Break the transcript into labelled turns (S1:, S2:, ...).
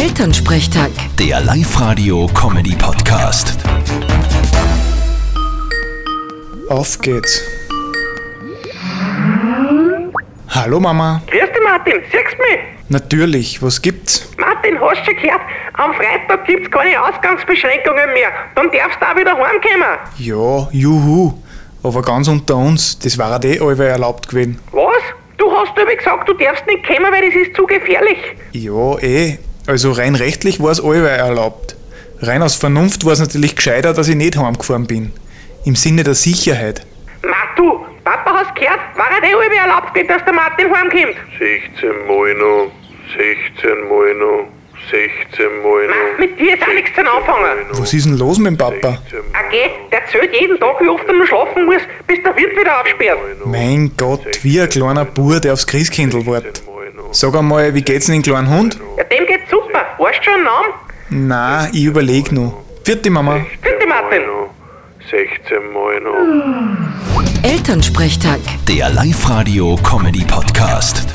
S1: Elternsprechtag.
S2: Der Live-Radio-Comedy-Podcast.
S3: Auf geht's. Hallo Mama.
S4: Grüß dich, Martin. Siehst du mich?
S3: Natürlich, was gibt's?
S4: Martin, hast du schon gehört? Am Freitag gibt's keine Ausgangsbeschränkungen mehr. Dann darfst du auch wieder heimkommen.
S3: Ja, juhu. Aber ganz unter uns, das war eh allweil erlaubt gewesen.
S4: Was? Du hast aber gesagt, du darfst nicht kommen, weil das ist zu gefährlich.
S3: Ja, eh. Also rein rechtlich war's allweil erlaubt. Rein aus Vernunft war's natürlich gescheiter, dass ich nicht heimgefahren bin. Im Sinne der Sicherheit.
S4: Ma, du, Papa hast gehört, war er dir alle erlaubt, gewesen, dass der Martin heimkommt.
S5: 16 Mal noch, 16 Mal noch, 16 Mal noch.
S4: mit dir ist auch nichts zum Anfangen.
S3: Was ist denn los mit dem Papa?
S4: Okay, der zählt jeden Tag, wie oft er noch schlafen muss, bis der Wirt wieder aufsperrt.
S3: Mein Gott, wie ein kleiner Bub, der aufs Christkindl wartet. Sag einmal, wie geht's denn den kleinen Hund?
S4: Ja, dem geht's super. Hast du schon einen Namen?
S3: Na, ich überleg noch. Vierte Mama.
S4: Bitte, Martin.
S5: 16 Mal noch.
S1: Elternsprechtag.
S2: Der Live-Radio-Comedy-Podcast.